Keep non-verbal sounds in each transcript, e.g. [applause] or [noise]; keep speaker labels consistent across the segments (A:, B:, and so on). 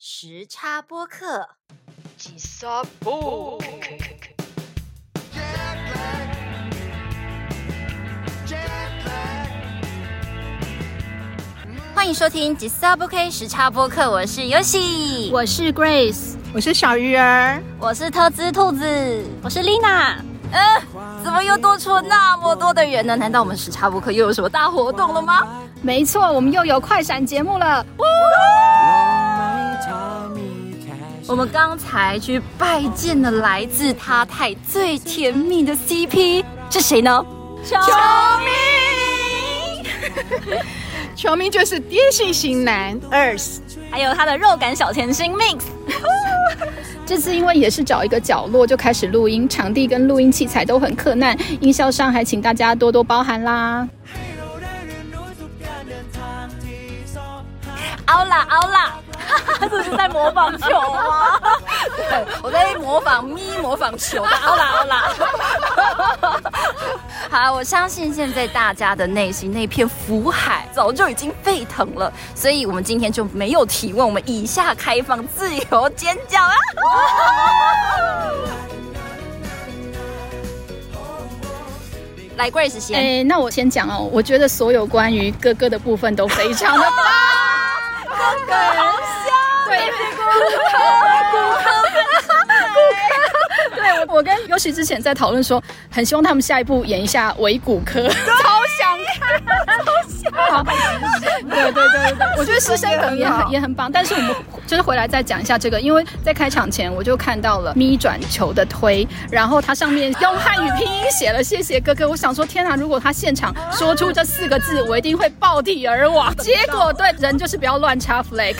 A: 时差播客，
B: 几沙布。
C: Jet lag. Jet lag.
A: 欢迎收听吉萨播 K 时差播客，我是游戏，
D: 我是 Grace，
E: 我是小鱼儿，
A: 我是特资兔子，
D: 我是 Lina。
A: 呃，怎么又多出了那么多的人呢？难道我们时差播客又有什么大活动了吗？
D: 没错，我们又有快闪节目了。哇
C: Long time he has
A: 我们刚才去拜见了来自他泰最甜蜜的 CP 是谁呢？小明，
E: 球迷就是爹性型男 Earth，
A: 还有他的肉感小甜心 Mix。
D: 这次因为也是找一个角落就开始录音，场地跟录音器材都很困难，音效上还请大家多多包涵啦。
A: 凹啦凹啦， [laughs] 这是在模仿球吗？对， [laughs] 我在模仿咪，模仿球， [laughs] 凹啦凹啦。好，我相信现在大家的内心那片福海早就已经沸腾了，所以我们今天就没有提问，我们以下开放自由尖叫啊！来，Grace 先。
D: 哎，那我先讲哦，我觉得所有关于哥哥的部分都非常的棒。
A: 哥哥啊好笑，对，
D: 对，我我跟尤其之前在讨论说，很希望他们下一步演一下维骨科，超想看，超想。对对对对对，我觉得师生梗也很也很棒，但是我们就是回来再讲一下这个，因为在开场前我就看到了咪转球的推，然后它上面用汉语拼音写了“谢谢哥哥”，我想说天哪，如果他现场说出这四个字，我一定会爆体而亡。结果对人就是不要乱插 flag。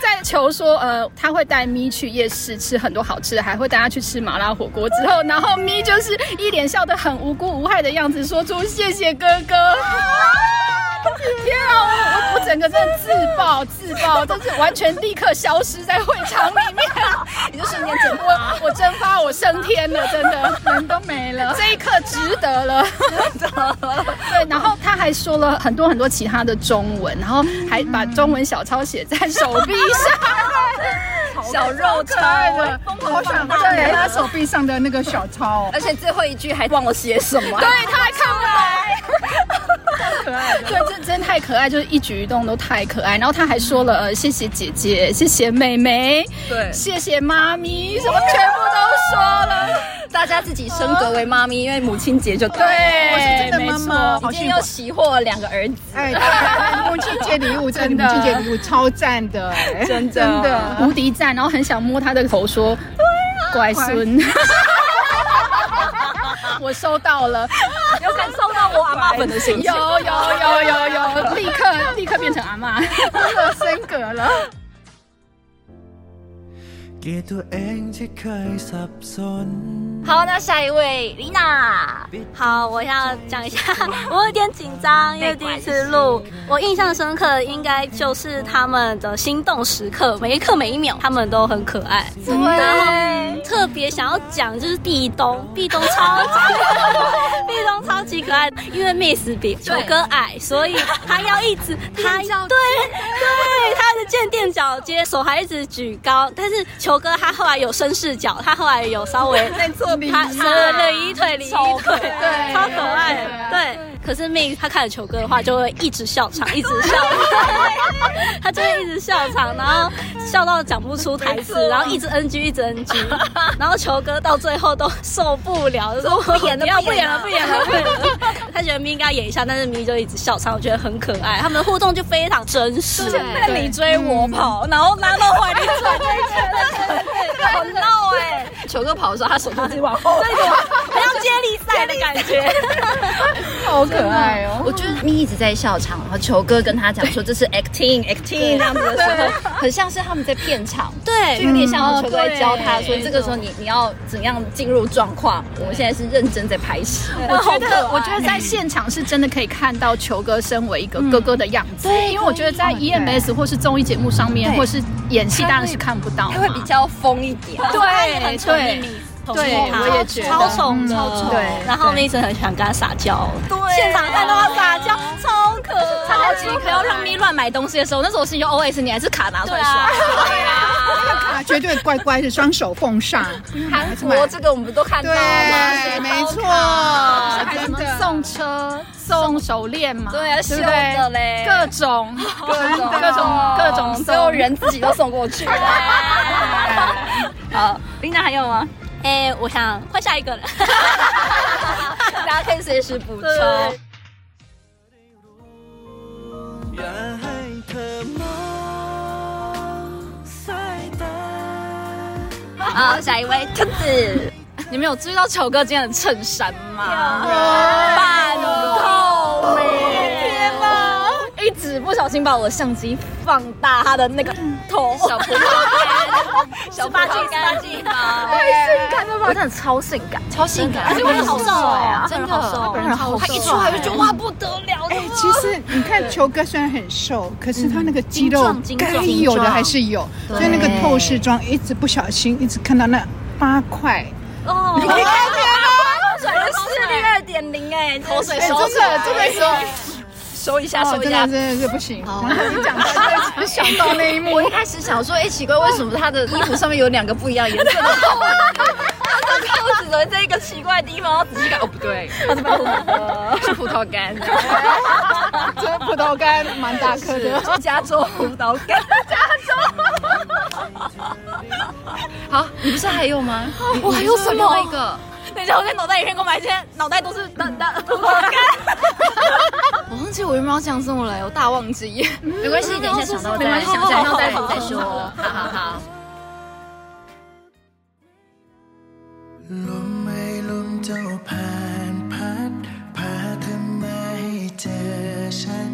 D: 在求说，呃，他会带咪去夜市吃很多好吃的，还会带他去吃麻辣火锅。之后，然后咪就是一脸笑得很无辜无害的样子，说出谢谢哥哥。天啊，我我我整个真的自爆自爆，就是完全立刻消失在会场里面，你就瞬间蒸我我蒸发，我升天了，真的人都没了，这一刻值得了。对，然后他还说了很多很多其他的中文，然后还把中文小抄写在手臂上，
A: 小肉啊
D: 可爱的，
A: 疯
E: 好
A: 狂
E: 想
A: 放
E: 看
A: 大
E: 他，手臂上的那个小抄哦。
A: 而且最后一句还忘了写什么。
D: 对，他还看不来。对，真真太可爱，就是一举一动都太可爱。然后他还说了，呃，谢谢姐姐，谢谢妹妹，
A: [laughs] 对
D: 谢谢妈咪，什么全部都说了。
A: 大家自己升格为妈咪，因为母亲节就
D: 对，
E: 我是真的妈妈
D: 没错
A: 今天又喜获了两个儿子。
E: [laughs] 哎，对哎母亲节礼物，这个
D: 真
E: 母
D: 的
E: 亲节礼物超赞的，哎
D: 真的
E: 真的。
D: 无敌赞，然后很想摸他的头说，乖孙。我收到了，
A: 有感受到我阿妈粉的心 [laughs]
D: 有 [laughs]
A: 情。
D: 有有有有，立刻立刻变成阿妈。
E: 真的升
D: [laughs]
E: 格了，
C: เกลียดตัวเองที่เคยสับสน
A: 好，那下一位丽娜，
F: 好，我要讲一下，我有点紧张，因为第一次录。我印象深刻的应该就是他们的心动时刻，每一刻每一秒，他们都很可爱。然后特别想要讲就是壁咚，壁咚超级，壁咚超级可爱，因为 Miss 比球哥矮，所以他要一直他对对他的见垫脚接手还一直举高，但是球哥他后来有伸视角，他后来有稍
D: [laughs]
F: 微
E: 在做礼
F: 他
E: 仪。
F: 他的一腿离一腿，
E: 爱
F: 对，超可爱，对。可是妹她看了球哥的话，就会一直笑 [laughs] 场，一直笑场，她就会一直笑场，然后笑到讲不出台词，然后一直 NG，一直 NG，然后 [laughs] 球哥到最后都受不了，就说不演了，不演了，不演了，不演 [laughs] 了。他觉得咪应该演一下，但是咪就一直笑场，我觉得很可爱，他们的互动就非常真实。
A: 被你追我跑，然后拉到怀里转圈圈，好闹哎！球哥跑的时候，他手就自己往后，对的，很像接力赛的感觉。
E: 好可爱哦！
A: 我觉得咪一直在笑场，然后球哥跟他讲说这是 acting acting 那样子的时候，很像是他们在片场，
F: 对
A: 就，有点像
D: 嗯
A: 球哥在教他
D: 对
A: 说这个时候你你要怎样进入状况。我们现在是认真在拍戏，
D: 我觉得，我觉得在现场是真的可以看到球哥身为一个哥哥的样子。对，因为我觉得在 EMS 或是综艺节目上面，
A: 对
D: 或是演戏，当然是看不到嘛。
A: 他会比较疯一点。
F: 对，很宠溺
D: 对
F: 你。宠
D: 对
F: 溺他
D: 我也觉得
F: 超宠，
D: 嗯
F: 超宠。
D: 对
F: 然后那一生很喜欢跟他撒娇，
A: 对
F: 现场看到他撒娇，超可爱，
A: 超级不
F: 啊
A: 要让咪乱买东西的时候，那时候我心里就 OS 你还是卡拿出来刷，
F: 对啊，
E: 那卡绝对乖乖的双手奉上。
A: 韩国这个我们都看到
E: 对
A: 了嘛，，
E: 没错，
D: 还啊什
E: 真
D: 么
E: 的
D: 送车、送手链嘛，
A: 对啊，
D: 对
A: 秀
D: 不对？
A: 的嘞，
D: 各种
A: 各种
D: 各种各种送
A: 所有人自己都送过去。好，琳达还有吗？
F: 哎，我想换下一个了。
A: 大家可以随时补充。
F: 对
C: อย่าให้เธอมองสายตา
A: 好，下一位兔子，
D: 你们有注意到球哥今天的衬衫吗？
A: 半透明，天哪！
D: 一直不小心把我的相机
A: 放大他的那个头，小葡萄干，小八戒干净吗？
D: 我真的超性感，超性感，而且我啊
F: 人好瘦哦
D: 真的
F: 他人好瘦
D: 他人好瘦，他一出来就觉得哇，不得了
E: 哎，其实你看球哥虽然很瘦，可是他那个肌肉
F: 嗯精壮精
E: 该
F: 壮
E: 有的还是有，
D: 对
E: 所以那个透视装一直不小心一直看到那八块，
F: 哦，
A: 转了视
D: 哦
A: 力二点零哎，口水
E: 哎，真的这个时候
A: 收一下，
E: 哦
A: 收一
E: 真
A: 下
E: 的。真的是不行。然后你讲到这个，就想到那一幕
D: 我一，开始想说，哎，奇怪，为什么他的衣服上面有两个不一样颜 [laughs] 色？
A: 他的扣子留在一个奇怪的地方，然后仔细看，哦不对，他是葡萄，是葡萄干，
E: 这葡萄干蛮大颗的。
A: 是加州葡萄干。
D: 好，你不是哦还有吗？
A: 我还有什么
D: 另外一个，
A: 等一下，我在脑袋里面给我买一些，脑袋都是大大葡萄干。
D: 我忘记我原本要讲什么了，我大忘记。嗯没关系，等一下想到
A: 哦没关系
D: 想到再
A: 好好好
D: 再说。好好好，
C: ลมไม่ลมเจ้าผ่านพัดพาเธอมาให้เจอฉัน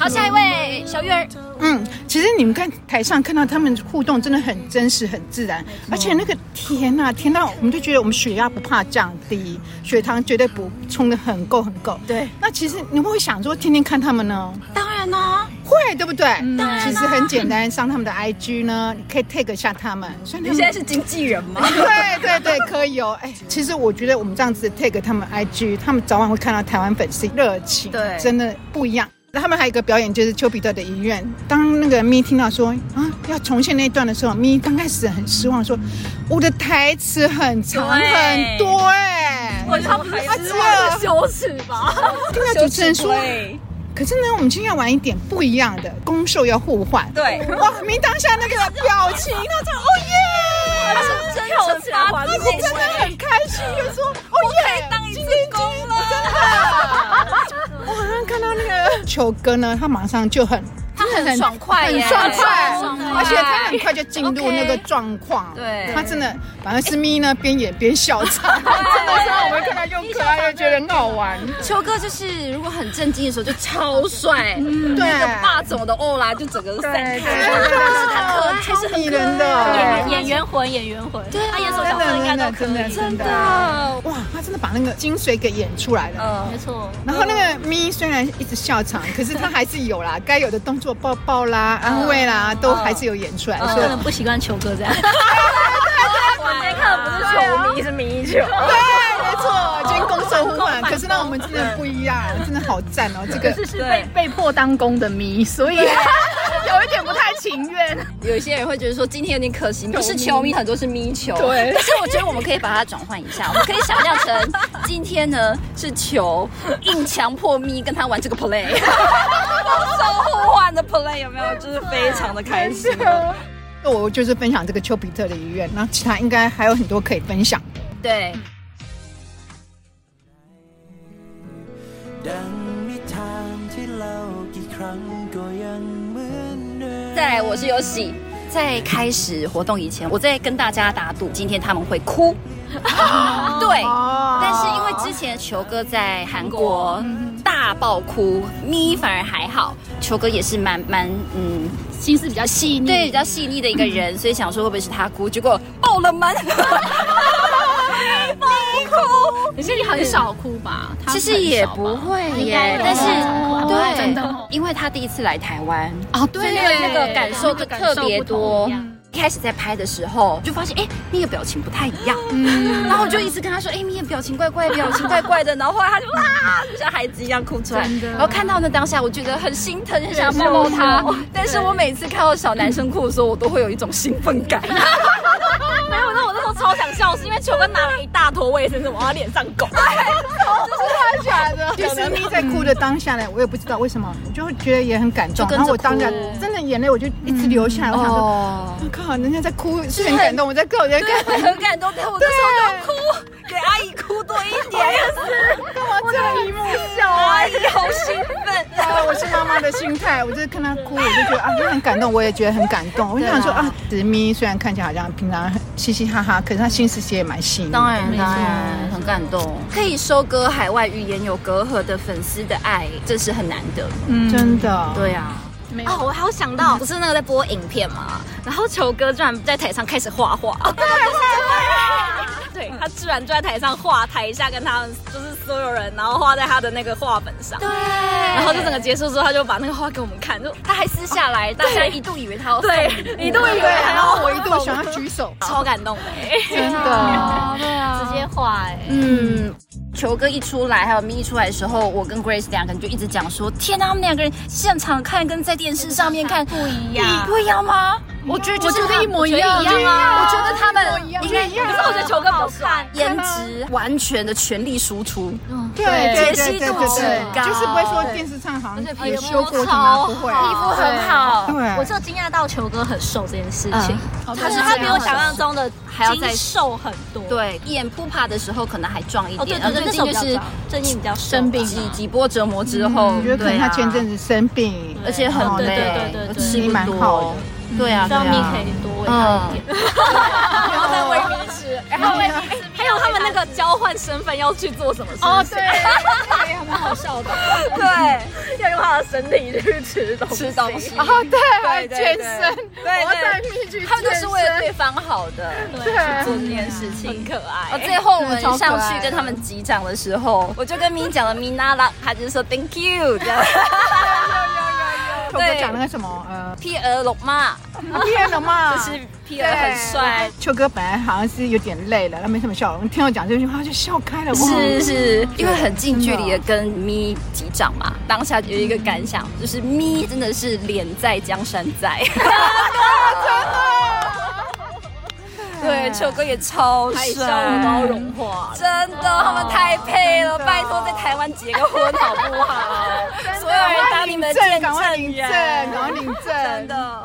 A: 好，下一位小月儿，
E: 嗯，其实你们看台上看到他们互动真的很真实、很自然，而且那个甜啊，甜到我们就觉得我们血压不怕降低，血糖绝对不冲的很够很够。
A: 对，
E: 那其实你会不会想说天天看他们呢？当然啦、会对不对？当然、其啊实很简单，上他们的 IG 呢，你可以 tag 一下他们。所以你
A: 你现在是经纪人吗？
E: 对对对，可以哦。哎，其实我觉得我们这样子 tag 他们 IG，他们早晚会看到台湾粉丝热情，
A: 对
E: 真的不一样。他们还有一个表演，就是丘比特的遗愿。当那个咪听到说啊要重现那一段的时候，咪刚开始很失望，说我的台词很长
A: 对
E: 很多哎、
A: [laughs] 我他不是失望是羞耻吧？
E: 听到主持人说，
A: 对
E: 可是呢，我们今天要玩一点不一样的，攻受要互换。
A: 对
E: 哇，咪当下那个表情，他说哦耶，
A: 他是啊真有才华，
E: 但是
A: [laughs]
E: 真的很开心，就说哦耶，
A: 当一次公了。
E: 我好像看到那个球哥呢，他马上就很。他很
A: 爽快
E: 很
A: 耶
E: 爽快
A: 很爽快，
E: 而且他很快就进入那个状况。
A: 对
E: 他真的，反正是咪呢边演边笑场，真的是让我们看到又可爱又觉得很好玩。
A: 秋哥就是如果很震惊的时候就超帅，
E: 对，
A: 霸总的欧拉就整个散开，
E: 对，超迷人的，
F: 演员魂，演员魂，对，啊他演什么角
E: 真
F: 色应该
E: 的
F: 都
E: 真的真的
F: 可以，
E: 真的，哇，他真的把那个精髓给演出来了。
A: 嗯
F: 没，错。
E: 然后那个咪虽然一直笑场，可是他还是有
A: 嗯
E: 啦，该有的动作抱抱啦、安慰啦，都还是有演出
A: 嗯
E: 来。
F: 我
E: 所以
F: 真的不习惯球哥这样，
A: 我今天看的不是球迷，是迷球。
E: 对，哎没错，今天攻守互换，可是让我们真的不一样，真的好赞哦！这个
D: 是被被迫当工的迷，所以有一点不太情愿。
A: 有些人会觉得说今天有点可惜，不是球迷，很多是迷球。
D: 对
A: 但是我觉得我们可以把它转换一下，我们可以想象成今天呢是球硬强迫咪跟他玩这个 play，受 [laughs] 互换的 play 有没有？就是非常的开心。
E: 我就是分享这个丘比特的遗愿，然后其他应该还有很多可以分享。
A: 对，
C: ดังนิทานที่เล่ากี่ครั้งก็ยังเหมือนเดิม
A: 再来我是有喜。在开始活动以前，我在跟大家打赌，今天他们会哭。对，
E: 哦
A: 但是因为之前球哥在韩国大爆哭，咪反而还好，球哥也是蛮蛮嗯，
D: 心思比较细腻，
A: 对比较细腻的一个人，所以想说会不会是他哭，结果爆了
D: [laughs]
A: 门，爆哭。
D: 可是你很少哭吧？他
A: 其
D: 很少吧
A: 实也不会耶，
D: 应该
A: 但是
D: 哦
A: 对，
D: 真的哦
A: 因为他第一次来台湾，
D: 哦，
A: 所以
D: 对
A: 那个那个感受就特别多。一开始在拍的时候，就发现哎、那个表情不太一样，
G: 嗯
A: 然后我就一直跟他说，哎、你的表情怪怪，表情怪
G: [laughs]
A: 怪的，然后后来他就哇，就像孩子一样哭出来，然后看到那当下，我觉得很心疼，很想抱抱他，但是我每次看到小男生哭的时候，我都会有一种兴
G: [laughs]
A: 奋感。
G: 没有，那我那时候超想笑，是因为球哥拿了一大坨卫生纸往他脸上拱。
A: [laughs]
E: 就是你在哭的当下呢，我也不知道为什么，就会觉得也很感动。
A: 就跟着
E: 然后我当下
A: 哭
E: 真的眼泪我就一直流下来，我想说，
A: 哦，
E: 我靠，人家在哭是很感动，我在哭，我在哭，
A: 很感动，但我那时候就哭，
G: 给阿姨哭多一点，
E: 干嘛这样一幕？
A: 小哎阿姨好兴奋。
E: 啊，我是妈妈的心态，我就是看她哭，我就觉得啊，她很感动，我也觉得很感动。我就想说啊，子咪虽然看起来好像平常嘻嘻哈哈，可是她心思其实也蛮细腻。
A: 当然，当然，很感动，可以收割海外语言有隔阂的粉丝的爱，这是很难得。
E: 真的，
A: 对啊，
G: 哦，我还有想到，不是那个在播影片嘛，然后球哥居然在台上开始画画，
A: 哦
G: 哦对
A: 啊
G: 对对，他居然就在台上画台下跟他们就是所有人，然后画在他的那个画本上，对，然后就整个结束之后，他就把那个画给我们看，就
A: 他还撕下来，大家一度以为他要啊
G: 对，你都以为
E: 对，
G: 还
E: 然
G: 要
E: 后我一度想要举手，
G: 超感动的欸，
E: 真的。
F: 直接画哎、
A: 嗯，球哥一出来，还有咪一出来的时候，我跟 Grace 两个人就一直讲说：天呐，他们两个人现场看跟在电视上面看不一样，不一样吗？我觉得就是他
D: 一模一样
A: 我觉得一样啊！我觉得他们应该
E: 样
G: 可是我觉得球哥不帅，
A: 颜值完全的全力输出，
E: 对对对对
A: 解析度
E: 对
A: 很高
E: 对，就是不会说电视上好像也修过什么，不会。
A: 肤很好，
E: 对，
F: 我就惊讶到球哥很瘦这件事情，
G: 他是他比我想象中的
A: 还要
F: 精
A: 再
F: 瘦很多。
A: 对演 p 怕的时候可能还壮一
F: 哦对
A: 点，
F: 对对，
A: 而最
F: 那时
A: 近
F: 候
A: 就
F: 比较
A: 是
F: 早最近比较瘦
D: 生病
F: 吧
A: 几几波折磨之后，啊
E: 嗯我觉得可能
A: 对
E: 他
A: 啊
E: 前阵子生病，
A: 而且很
E: 对
A: 累，
F: 对对对对
A: 吃
E: 蛮
A: 不
E: 好的
A: 多，对啊，嗯
F: 希
A: 对
F: 望咪
A: 啊
F: 可以多喂他一
G: [laughs]
F: 点。
G: 然后在喂米吃，然后喂，还有他们那个交换身份要去做什么事情？哦，
A: [laughs]
G: 对，对，要用他的身体去吃东西，
A: 吃东西，
E: 哦，对，还有健身，
A: 对
E: 我要带蜜去
A: 他们都是
E: 健
A: 为了
E: 身
A: 对方好的去做这件事情
G: 很。可
A: 我
G: 爱。
A: 最后我们上去跟他们击掌的时候，我就跟咪讲了咪娜啦，他就说 Thank you 这样。
E: 我哥讲那个什么，呃，
A: P 尔龙嘛，
E: 变
A: [laughs]
E: 了嘛，
A: 是 P 尔很帅，
E: 秋哥本来好像是有点累了，他没什么笑容，听我讲这句话就笑开了。哇
A: 是是，因为很近距离的跟咪击掌嘛，当下有一个感想，就是咪真的是脸在江山在。 [laughs] 对，球哥也超帅，
G: 包融化了，
A: 真的，他们太配了，拜托在台湾结个婚好不好？所有人当你们的见
E: 赶快
A: 证
E: 领证，
A: 人，
E: 赶快领证，
A: 真的。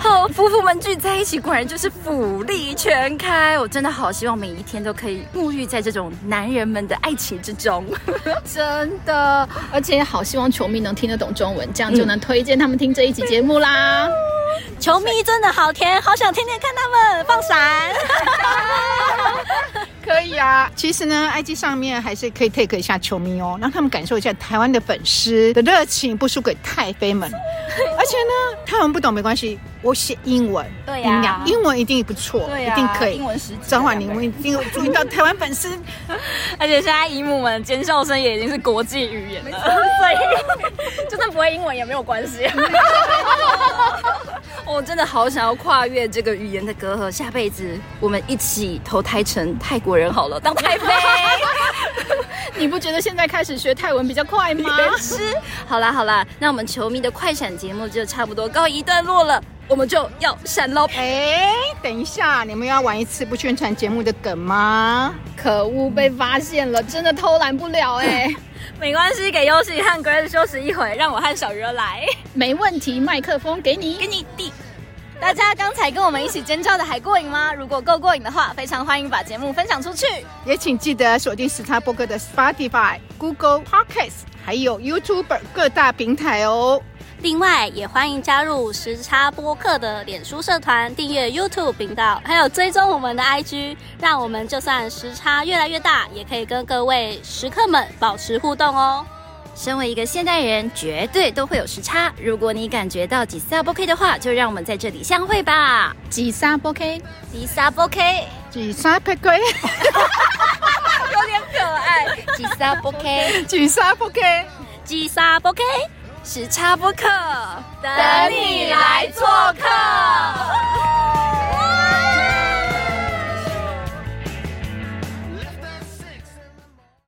A: 好，夫妇们聚在一起，果然就是福利全开。我真的好希望每一天都可以沐浴在这种男人们的爱情之中。
D: 真的，而且好希望球迷能听得懂中文，这样就能推荐他们听这一集节目啦。
F: 球迷真的好甜，好想天天看他们放闪。
E: 可以啊。其实呢，IG 上面还是可以 take 一下球迷哦，让他们感受一下台湾的粉丝的热情，不输给太
A: [laughs]
E: 妃们。而且呢，他们不懂没关系，我写英文，
A: 对
E: 你们俩英文一定不错，一定可以。
A: 文十级
E: 早晚你们一定会注意到台湾粉丝，
G: 而且现在姨母们尖笑声也已经是国际语言了，所以 [laughs] 就算不会英文也没有关
A: [laughs]
G: 系。
A: 我哦真的好想要跨越这个语言的隔阂，下辈子我们一起投胎成泰国人好了，当
G: [laughs]
A: 泰妃。
D: 你不觉得现在开始学泰文比较快
A: [laughs]
D: 吗？
A: 是，好啦好啦，那我们球迷的快闪节目就差不多告一段落了，我们就要闪喽。
E: 哎，等一下，你们要玩一次不宣传节目的梗吗？
D: 可恶，被发现了，真的偷懒不了哎、
G: 没关系，给优喜和 Grace 休息一会，让我和小鱼儿来。
D: [laughs] 没问题，麦克风给你。
G: 你递。大家刚才跟我们一起尖叫的还过瘾吗？如果够过瘾的话，非常欢迎把节目分享出去。
E: 也请记得锁定时差播客的 Spotify、Google Podcasts，还有 YouTube 各大平台哦。
F: 另外，也欢迎加入时差播客的脸书社团，订阅 YouTube 频道，还有追踪我们的 IG，让我们就算时差越来越大，也可以跟各位食客们保持互动哦。
A: 身为一个现代人，绝对都会有时差。如果你感觉到几次要 OK 的话，就让我们在这里相会吧。
D: 吉萨波 K。
E: 吉沙佩龟。
F: 吉萨波 K，
D: 举杀不 K，
A: 击杀 OK，
F: 时差播客，等
A: 等你来做客。